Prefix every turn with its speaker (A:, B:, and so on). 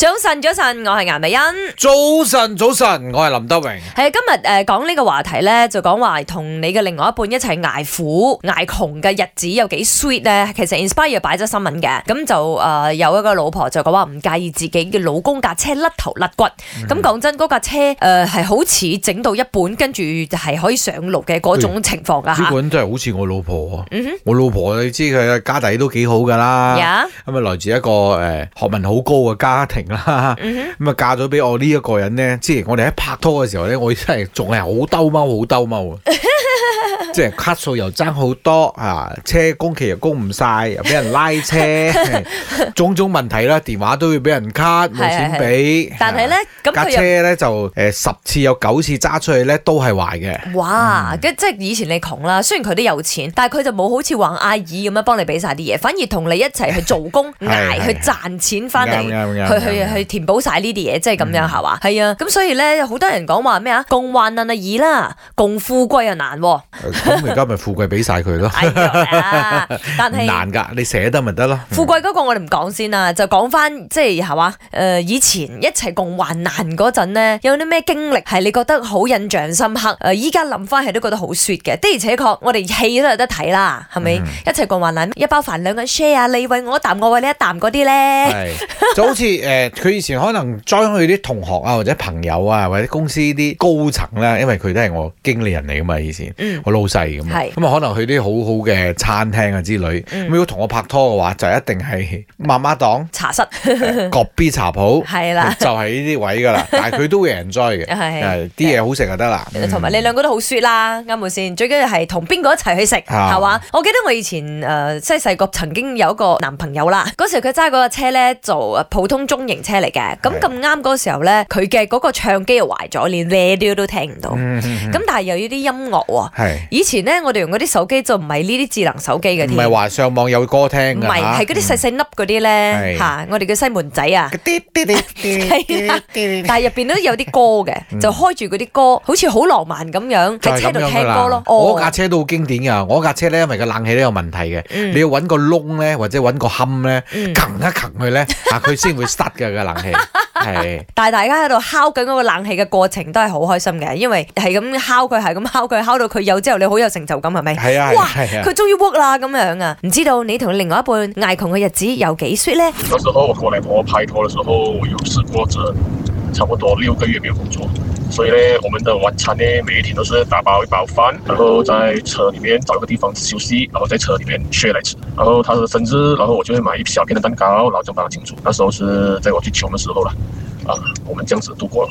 A: 早晨，早晨，我係顏美欣。
B: 早晨，早晨，我係林德榮。
A: 係今日誒講呢個話題咧，就講話同你嘅另外一半一齊捱苦捱窮嘅日子有幾 sweet 咧。其實 Inspire 擺咗新聞嘅，咁就誒、呃有一個老婆就講話唔介意自己嘅老公架車甩頭甩骨。
B: 嗯
A: 咁講、真，嗰架車呃誒係、好似整到一半，跟住係可以上路嘅嗰種情況㗎
B: 呢
A: 嚇。
B: 個人真係好似我老婆啊！
A: 嗯
B: 我老婆你知佢嘅家底都幾好噶啦，咁啊
A: 呀，
B: 來自一個诶学問好高嘅家庭啦，
A: 嗯
B: 咁啊嫁咗俾我呢一個人呢，即係我哋喺拍拖嘅時候呢，我真係仲係好兜踎，好 兜踎啊！即係卡數又爭好多啊，車工期又供唔晒，又俾人拉 車，種種問題啦，電話都要俾人卡，冇錢俾啊
A: 哼，。但係咧，咁
B: 架
A: 佢
B: 車
A: 又。
B: 咧就誒十次有九次揸出去咧都係壞嘅。嗯
A: 哇！即係以前你窮啦，雖然佢都有錢，但係佢就冇好似話阿姨咁樣幫你俾晒啲嘢，反而同你一齊去做工捱
B: 係
A: 去賺錢翻嚟，
B: 啱啱啱
A: 去去
B: 啱嗯
A: 去填補晒呢啲嘢，即係咁樣係嘛？係啊，咁所以咧，好多人講話咩啊？共患難啊易啦，共富貴啊難喎。
B: 咁而家咪富貴俾晒佢咯，
A: 哎 呀，但
B: 唔
A: 係。
B: 難㗎，你捨得咪得咯。
A: 富貴嗰個我哋唔講先啦，就講翻即係係嘛？誒、呃以前一齊共患難嗰陣咧，有啲咩經歷係你覺得好印象深刻？誒、呃依家諗翻係都覺得好 sweet 嘅。的而且確，我哋戲都有得睇啦，係咪？一齊共患難，一包飯兩個人 share 啊，你喂我一啖，我喂你一啖嗰啲咧，
B: 係就好似誒，佢以前可能 join 佢啲同學啊，或者朋友啊，或者公司啲高層啦，因為佢都係我經理人嚟㗎嘛，以前
A: 嗯
B: 我老細咁嘛，
A: 係、
B: 咁啊可能去啲好好嘅餐廳啊之類，咁如果同我拍拖嘅話，就一定係媽媽檔
A: 茶室
B: 誒割 B 茶鋪，
A: 係啦，
B: 就係呢啲位㗎啦。但係佢都會 enjoy 嘅，
A: 係
B: 誒啲嘢好食就得啦。
A: 同埋你兩個都好 sweet 啦，啱冇先？最緊要係同邊個一齊去食，
B: 啊
A: 係嘛？我記得我以前誒、呃即係細個曾經有一個男朋友啦，嗰時佢揸嗰個車咧，就呃普通中型車嚟嘅。咁
B: 係
A: 咁啱嗰個時候咧，佢嘅嗰個唱機又壞咗，連 radio 都聽唔到。咁、
B: 嗯 Ừ,
A: 但係又要啲音樂喎。
B: 係。
A: 以前咧，我哋用嗰啲手機就唔係呢啲智能手機嘅
B: 唔
A: 添，
B: 係
A: 唔
B: 話上網有歌聽㗎
A: 係
B: 嚇嗯
A: 係嗰啲細細粒嗰啲咧
B: 係
A: 嚇，我哋叫西門仔 啊。
B: 滴滴滴滴滴滴滴
A: 但係入啊邊都有啲歌嘅，就開住嗰啲歌，好似好浪漫咁樣
B: 嗯就
A: 喺
B: 係
A: 車
B: 咁
A: 度
B: 樣
A: 聽
B: 㗎
A: 歌咯哦
B: 啦。。我架車都好經典㗎，我架車咧因為個冷氣都有問題嘅，
A: 嗯
B: 你要揾個窿咧或者揾個冚咧，
A: 嗯
B: 擎一擎佢咧，啊佢先會 start 嘅個冷氣， 係
A: 但係大家喺度敲緊嗰個冷氣嘅過程都係好開心嘅，因為係咁敲佢，係咁敲佢，敲到佢有之後，你好有成就感，係咪？
B: 係啊
A: 哇
B: 係啊
A: 佢。終於 work 啦咁樣啊！唔知道你同你另外一半捱窮嘅日子有幾 sweet 咧？
C: 那时候我跟我老婆拍拖的时候，我有试过这差不多六个月没有工作，所以呢，我们的晚餐呢，每一天都是打包一包饭，然后在车里面找一个地方休息，然后在车里面睡来吃。然后她的生日，然后我就会买一小片的蛋糕，然后就帮她庆祝。那时候是在我最穷的时候了，啊，我们这样子度过了。